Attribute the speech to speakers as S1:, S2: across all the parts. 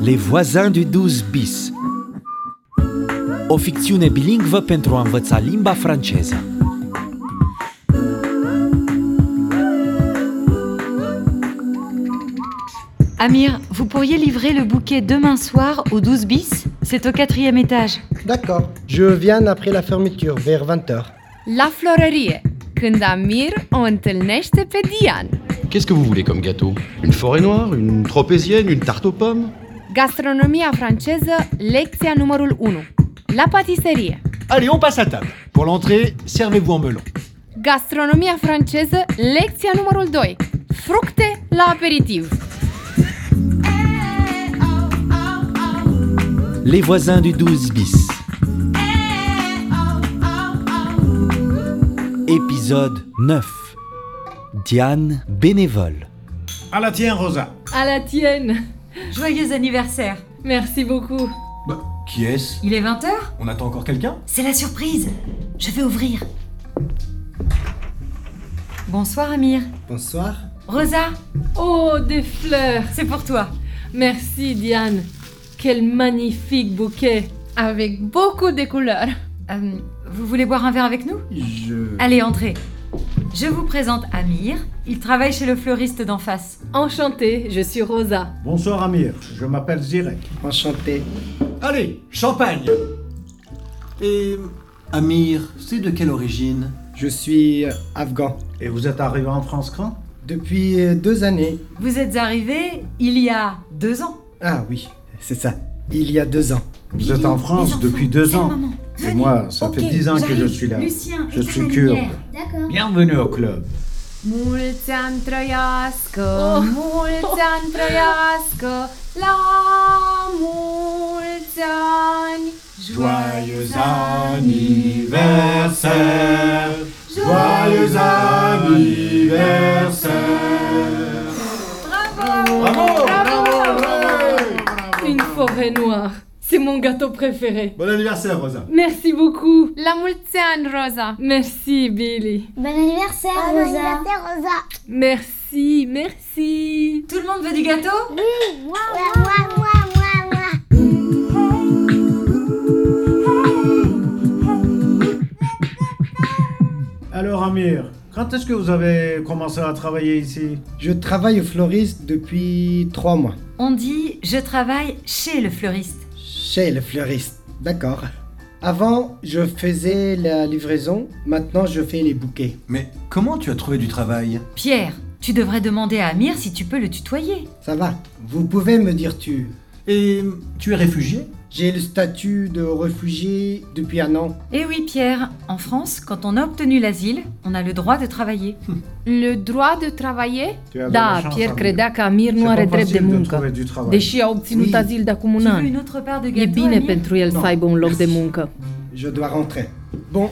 S1: Les voisins du 12 bis O ficțiune bilingvă pentru a învăța limba franceză.
S2: Amir, vous pourriez livrer le bouquet demain soir au 12 bis C'est au quatrième étage.
S3: D'accord, je viens après la fermeture, vers 20h.
S4: La florărie, când Amir o întâlnește pe Dian.
S5: Qu'est-ce que vous voulez comme gâteau Une forêt noire, une tropézienne, une tarte aux pommes
S4: Gastronomia franceză, lecția numărul 1. La patiserie.
S6: Allez, on passe à table. Pour l'entrée, servez-vous en melon.
S4: Gastronomia franceză, lecția numărul 2. Fructe la aperitiv.
S1: Les voisins du 12 bis. Épisode 9. Diane bénévole.
S7: À la tienne, Rosa.
S4: À la tienne.
S2: Joyeux anniversaire
S4: Merci beaucoup.
S7: Bah, qui est-ce
S2: Il est 20h
S7: On attend encore quelqu'un
S2: C'est la surprise Je vais ouvrir. Bonsoir Amir.
S3: Bonsoir.
S2: Rosa,
S4: Oh, des fleurs.
S2: c'est pour toi.
S4: Merci Diane. Quel magnifique bouquet. Avec beaucoup de couleurs.
S2: Euh, vous voulez boire un verre avec nous
S3: Je.
S2: Allez, entrez. Je vous présente Amir. Il travaille chez le fleuriste d'en face.
S4: Enchantée, je suis Rosa.
S7: Bonsoir, Amir. Je m'appelle Zirek.
S3: Enchanté.
S6: Allez, champagne
S8: Et Amir, c'est de quelle origine
S3: Je suis euh, afghan.
S7: Et vous êtes arrivé en France quand
S3: Depuis euh, deux années.
S2: Vous êtes arrivé il y a deux ans.
S3: Ah oui, c'est ça. Il y a deux ans.
S7: Vous êtes en France depuis deux ans. Et moi, ça fait dix ans que je suis là. je suis kurde. Bienvenue au club.
S4: Mulți ani trăiască, oh. mulți ani trăiască, la mulți ani.
S7: Joyeux anniversaire. Joyeux anniversaire.
S4: Bravo!
S7: Bravo!
S4: Une forêt noire, c'est mon gâteau préféré.
S7: Bon anniversaire, Rosa.
S4: Merci beaucoup. La mulți ani, Rosa. Merci, Billy.
S9: Bon anniversaire, Rosa. Bon anniversaire, Rosa.
S4: Merci, merci.
S2: Tout le monde veut du gâteau
S9: Moi, moi, moi, moi, moi.
S7: Alors, Amir, quand est-ce que vous avez commencé à travailler ici
S3: Je travaille au fleuriste depuis trois mois.
S2: On dit je travaille chez le fleuriste.
S3: Chez le fleuriste. D'accord. Avant, je faisais la livraison. Maintenant, je fais les bouquets.
S8: Mais comment tu as trouvé du travail
S2: Pierre, tu devrais demander à Amir si tu peux le tutoyer.
S3: Ça va. Vous pouvez me dire tu.
S8: Et tu es réfugié
S3: J'ai le statut de réfugié depuis un an.
S2: Eh oui, Pierre, en France, quand on a obtenu l'asile, on a le droit de travailler.
S4: Le droit de travailler?
S7: Tu avais
S10: Da,
S7: la chance,
S10: Pierre
S7: Amir.
S10: credea că Amir
S7: C'est
S10: nu are
S7: pas
S10: drept de
S7: facile de
S10: muncă,
S7: trouver du travail.
S10: deși a obținut
S3: Oui.
S10: azil de acum un
S2: Tu veux
S10: an.
S2: une autre part de gâteau
S10: E bine
S2: Amir
S10: pentru el să
S7: Da.
S10: aibă un loc de muncă.
S3: Je dois rentrer. Bon.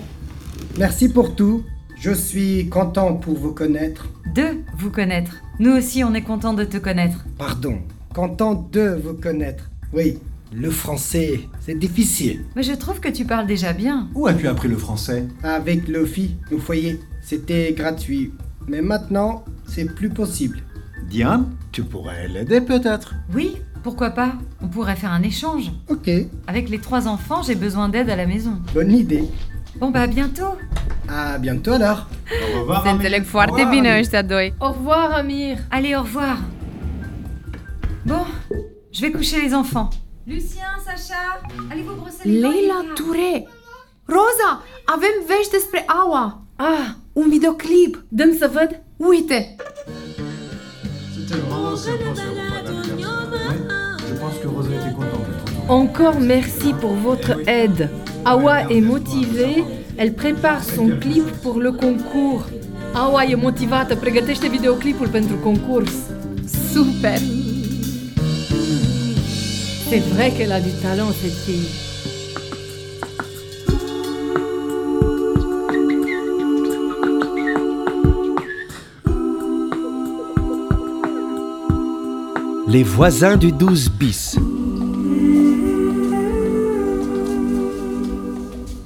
S3: Merci pour tout. Je suis content pour vous connaître.
S2: De vous connaître. Nous aussi, on est content de te connaître.
S3: Pardon. Content de vous connaître. Oui. Le français, c'est difficile.
S2: Mais je trouve que tu parles déjà bien.
S8: Où as-tu appris le français
S3: Avec Lofi, au foyer, c'était gratuit. Mais maintenant, c'est plus possible.
S7: Diane, tu pourrais l'aider peut-être.
S2: Oui, pourquoi pas On pourrait faire un échange.
S3: Ok,
S2: Avec les trois enfants, j'ai besoin d'aide à la maison.
S3: bonne idée.
S2: Bon bah à bientôt
S3: À bientôt alors.
S7: Au revoir,
S4: Se
S7: Amir.
S4: înțeleg
S7: Au revoir,
S4: foarte bine
S7: Amir.
S4: ăștia doi. Au revoir, Amir.
S2: Allez, au revoir Bon, je vais coucher les enfants. Lucien, Sacha, allez vous brosser les dents,
S10: Leila
S2: les gars.
S10: Ture!
S4: Roza, avem vești despre Aua. Ah, un videoclip. Dăm să văd. Uite,
S7: C'était vraiment circonstanciel pour ton anniversaire. Ouais, Je pense que Rosa était contente de ton temps.
S10: Encore merci pour votre aide. Awa est motivée, elle prépare son clip pour le concours.
S4: Aua e motivată, pregătește videoclipul pentru concurs. Super! C'est vrai qu'elle a du talent, cette fille.
S1: Les voisins du 12 bis.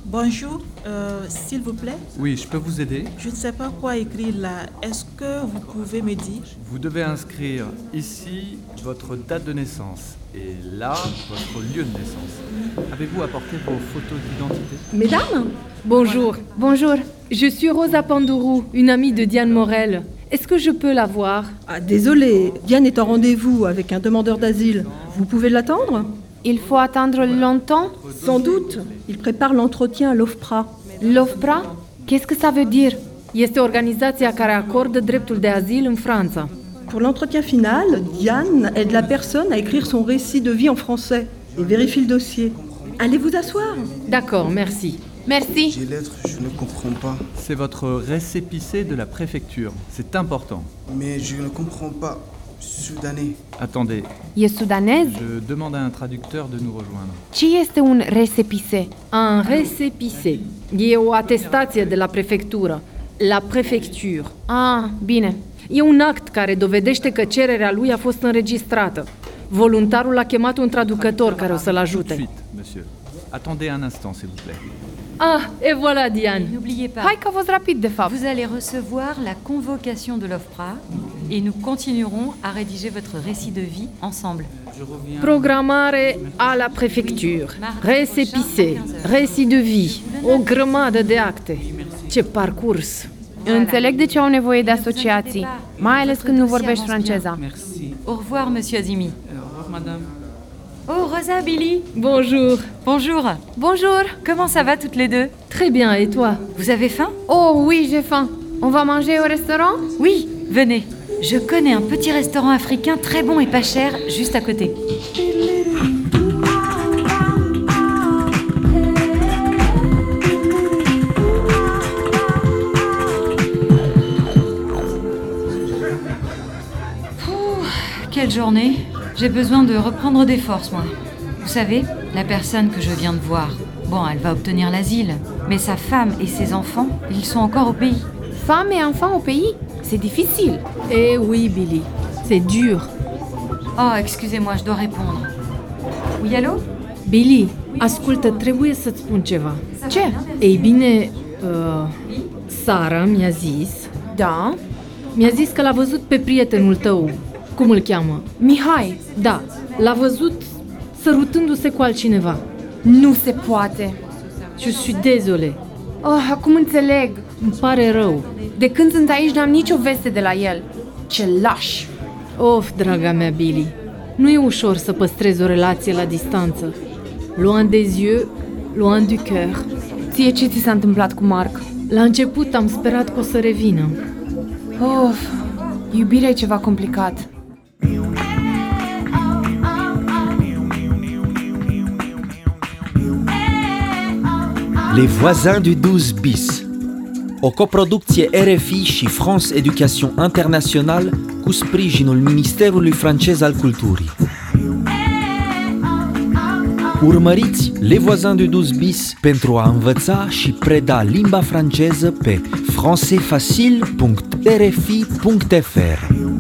S11: Bonjour, euh, s'il vous plaît
S12: Oui, je peux vous aider.
S11: Je ne sais pas quoi écrire là. Est-ce que vous pouvez me dire
S12: Vous devez inscrire ici votre date de naissance et là votre lieu de naissance. Avez-vous apporté vos photos d'identité
S4: Mesdames Bonjour. Bonjour. Je suis Rosa Pandourou, une amie de Diane Morel. Est-ce que je peux la voir
S13: Ah, désolé, Diane est en rendez-vous avec un demandeur d'asile. Vous pouvez l'attendre
S4: Il faut attendre longtemps
S13: Sans doute. Il prépare l'entretien à l'OFPRA.
S4: L'OFPRA Qu'est-ce que ça veut dire Este organizația care acordă dreptul de azil în Franța.
S13: Pour l'entretien final, Diane aide la personne à écrire son récit de vie en français et vérifie le dossier. Allez vous asseoir.
S4: D'accord, merci. Merci.
S14: Ces lettres, je ne comprends pas.
S12: C'est votre récépissé de la préfecture. C'est important.
S14: Mais je ne comprends pas. Soudanais.
S12: Attendez,
S4: E sudanez
S12: je demande à un traducteur de nous rejoindre.
S4: Ce este un resepise? Un resepise. E o atestație de la prefectură. La prefecture. Ah, bine. E un act care dovedește că cererea lui a fost înregistrată. Voluntarul a chemat un traducător care o să-l ajute.
S12: Suite, monsieur. Attendez un instant, s'il vous plaît.
S4: Ah, et voilà Diane.
S2: N'oubliez pas,
S4: Hai că a fost rapid, de fapt.
S2: vous allez recevoir la convocation de l'OFPRA et nous continuerons à rédiger votre récit de vie ensemble.
S4: Programare à la préfecture, resepise, récit de vie, o grămadă de acte. Ce parcurs!
S2: Înțeleg
S4: de ce au nevoie de asociații, mai
S2: ales când nu vorbești franceza. Au revoir, monsieur Azimi.
S15: Au revoir, madame.
S2: Oh, Rosa, Billy
S4: Bonjour.
S2: Bonjour
S4: Bonjour.
S2: Comment ça va toutes les deux
S4: Très bien, et toi
S2: Vous avez faim
S16: Oh oui, j'ai faim. On va manger au restaurant
S2: Oui, venez. Je connais un petit restaurant africain très bon et pas cher, juste à côté. Pouh, quelle journée J'ai besoin de reprendre des forces, moi. Vous savez, la personne que je viens de voir, bon, elle va obtenir l'asile, mais sa femme et ses enfants, ils sont encore au pays.
S16: Femmes et enfants au pays C'est difficile.
S4: Eh oui, Billy, c'est dur.
S2: Oh, excusez-moi, je dois répondre. Oui, allô
S4: Billy, ascultă, trebuie să-ți spun ceva.
S16: Ce
S4: Ei bine, uh, Sara mi-a zis,
S16: Da.
S4: mi-a zis că l-a văzut pe prietenul tău, cum îl cheamă?
S16: Mihai,
S4: Da, l-a văzut sărutându-se cu altcineva.
S16: nu se poate.
S4: Je suis désolée.
S16: Oh, acum înțeleg.
S4: Îmi pare rău.
S16: De când sunt aici, n-am nicio veste de la el. Ce laș!
S4: Of, draga mea Billy, nu e ușor să păstrezi o relație la distanță. Loin des yeux, loin du cœur.
S16: Ție ce ți s-a întâmplat cu Marc?
S4: La început am sperat că o să revină.
S16: Of, iubirea e ceva complicat.
S9: Oh.
S1: Les voisins du 12 bis. O coproducție RFI și France Education International cu sprijinul Ministerului francez al Culturii. Urmăriți Le Voisins du 12 bis pentru a învăța și preda limba franceză pe francefacil.rfi.fr.